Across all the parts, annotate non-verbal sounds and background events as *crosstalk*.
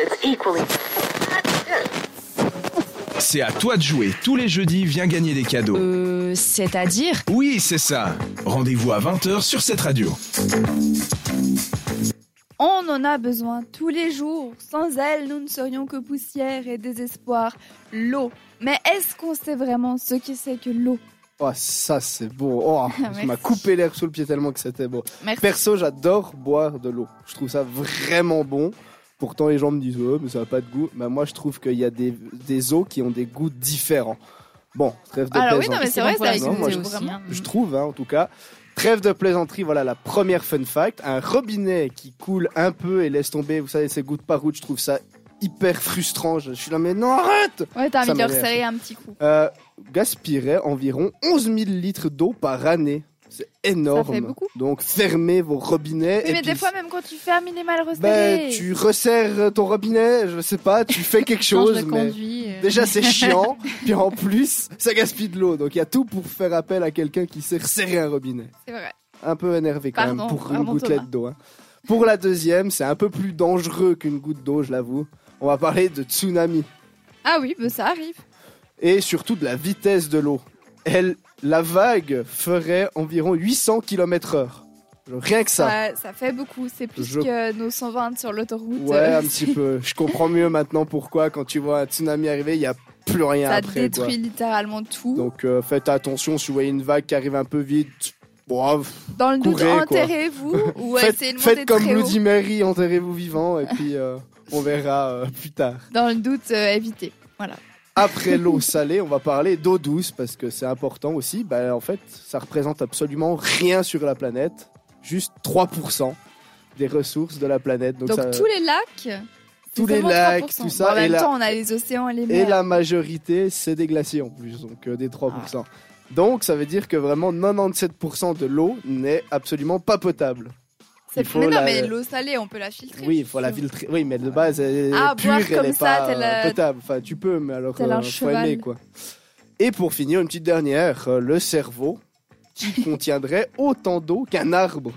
it's equally C'est à toi de jouer. Tous les jeudis, viens gagner des cadeaux. Euh, c'est-à-dire Oui, c'est ça. Rendez-vous à 20h sur cette radio. On en a besoin tous les jours. Sans elle, nous ne serions que poussière et désespoir. L'eau. Mais est-ce qu'on sait vraiment ce que c'est que l'eau Oh, ça c'est beau. *laughs* Oh, Merci. tu m'as coupé l'air sous le pied tellement que c'était beau. Merci. Perso, j'adore boire de l'eau. Je trouve ça vraiment bon. Pourtant, les gens me disent, ouais, mais ça n'a pas de goût. Mais moi, je trouve qu'il y a des, des eaux qui ont des goûts différents. Bon, trêve de Ah, Alors oui, non, plaisanterie. mais c'est vrai, bon c'est pour la avec santé goûter aussi, aussi. hein. Je trouve, hein, en tout cas. Trêve de plaisanterie, voilà la première fun fact. Un robinet qui coule un peu et laisse tomber, vous savez, ces gouttes par route, je trouve ça hyper frustrant. Je je suis là, mais non, arrête Ouais, t'as Ça envie de m'a leur l'air. serrer un petit coup. euh, Gaspillerait environ 11 000 litres d'eau par année. C'est énorme. Ça fait beaucoup. Donc fermez vos robinets. Oui, et mais des puis- fois, même quand tu fermes, il est mal resserré. ben, tu resserres ton robinet, je sais pas, tu fais *laughs* quelque quand chose, je le mais conduis. euh, déjà c'est chiant, puis en plus ça gaspille de l'eau, donc il y a tout pour faire appel à quelqu'un qui sait resserrer un robinet. C'est vrai. Un peu énervé quand Pardon, même pour pardon, une gouttelette Thomas. d'eau. hein. Pour la deuxième, c'est un peu plus dangereux qu'une goutte d'eau, je l'avoue. On va parler de tsunami Ah oui, ben, ça arrive. et surtout de la vitesse de l'eau. Elle, la vague ferait environ 800 km/h. Rien que ça. Ça, ça fait beaucoup. C'est plus Je- que nos 120 sur l'autoroute. Ouais, euh, un petit peu. Je comprends mieux maintenant pourquoi, quand tu vois un tsunami arriver, il n'y a plus rien Ça après. quoi. détruit littéralement tout. Donc euh, faites attention si vous voyez une vague qui arrive un peu vite. Bon, ah, Dans le doute, courez, quoi. *laughs* enterrez-vous ou faites, essayez de faites monter comme très nous haut. dit Mary, enterrez-vous vivant et puis euh, on verra euh, plus tard. Dans le doute, euh, évitez. Après l'eau salée, on va parler d'eau douce parce que c'est important aussi. Bah, en fait, ça représente absolument rien sur la planète, juste 3% des ressources de la planète. Donc, Donc, ça- tous les lacs. c'est tous les seulement lacs, 3%. tout ça, Bon, en et même la- temps, on a les océans et les Et mers. la majorité, c'est des glaciers en plus, donc euh, des 3%. Ah. Donc ça veut dire que vraiment 97% de l'eau n'est absolument pas potable. C'est- il faut mais non, la- mais l'eau salée, on peut la filtrer. Oui, il faut la filtrer. Oui, mais de base, elle est Ah, pure, boire elle comme est ça, pas tel, euh, euh, potable. Enfin, tu peux, mais alors tel euh, un faut cheval. aimer quoi. Et pour finir, une petite dernière, euh, le cerveau *laughs* qui contiendrait autant d'eau qu'un arbre.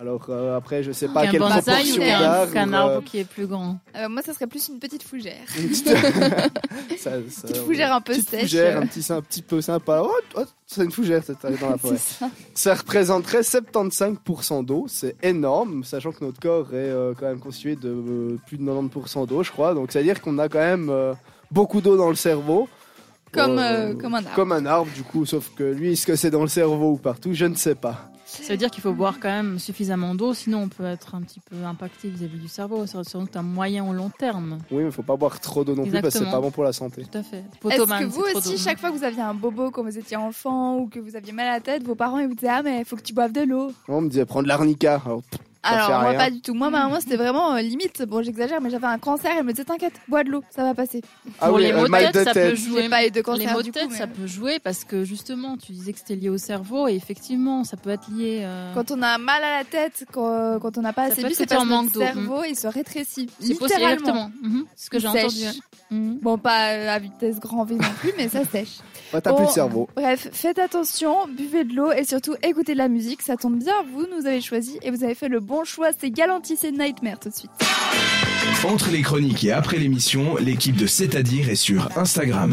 Alors euh, après, je sais pas à qu'un quelle bonsaï bonsaï proportion ou qu'un- d'arbre. qu'un euh, arbre qui est plus grand. Euh, moi, ça serait plus une petite fougère. *laughs* une petite- ça- ça- Petite fougère un peu petite sèche. fougère, un petit, un petit peu sympa. Oh, oh, c'est une fougère, c'est arrivé dans *laughs* la forêt. C'est ça. Ça représenterait 75% d'eau, c'est énorme, sachant que notre corps est euh, quand même constitué de euh, plus de 90% d'eau, je crois. Donc, c'est-à-dire qu'on a quand même euh, beaucoup d'eau dans le cerveau. Comme, Euh, euh, comme un arbre. Comme un arbre, du coup, sauf que lui, est-ce que c'est dans le cerveau ou partout Je ne sais pas. Ça veut dire qu'il faut boire quand même suffisamment d'eau, sinon on peut être un petit peu impacté vis-à-vis du cerveau. Ça sans doute un moyen ou long terme. Oui, mais faut pas boire trop d'eau non plus parce que c'est pas Exactement. bon pour la santé. Tout à fait. Est-ce que vous aussi, chaque fois que vous aviez un bobo quand vous étiez enfant ou que vous aviez mal à la tête, vos parents ils vous disaient Ah, mais il faut que tu boives de l'eau On me disait prendre l'arnica. Alors, pff, Alors, sert à moi, rien. pas du tout. Moi, ma maman, c'était vraiment euh, limite. Bon, j'exagère, mais j'avais un cancer. Elle me disait T'inquiète, bois de l'eau, ça va passer. ah Pour oui, les euh, maux de mal tête, ça peut J'ai jouer. pas eu de les cancer maux du de coup. tête, mais ça peut jouer parce que justement, tu disais que c'était lié au cerveau et effectivement, ça peut être lié. euh, Quand on a mal à la tête, quand, quand on n'a pas Ça assez peut bu, être c'est que t'es parce en que notre manque d'eau. hein. cerveau, il se rétrécit. c'est possible, Littéralement. exactement. Mhm, C'est ce que j'ai Sèche. entendu. Mhm. Bon, pas euh, à vitesse grand V non plus, mais *laughs* ça sèche. Ouais, t'as plus Oh. Bon, de cerveau. Bref, faites attention, buvez de l'eau et surtout écoutez de la musique, ça tombe bien, vous nous avez choisi et vous avez fait le bon choix, c'est Galantis et Nightmare tout de suite. Entre les chroniques et après l'émission, l'équipe de C'est-à-dire est sur Instagram.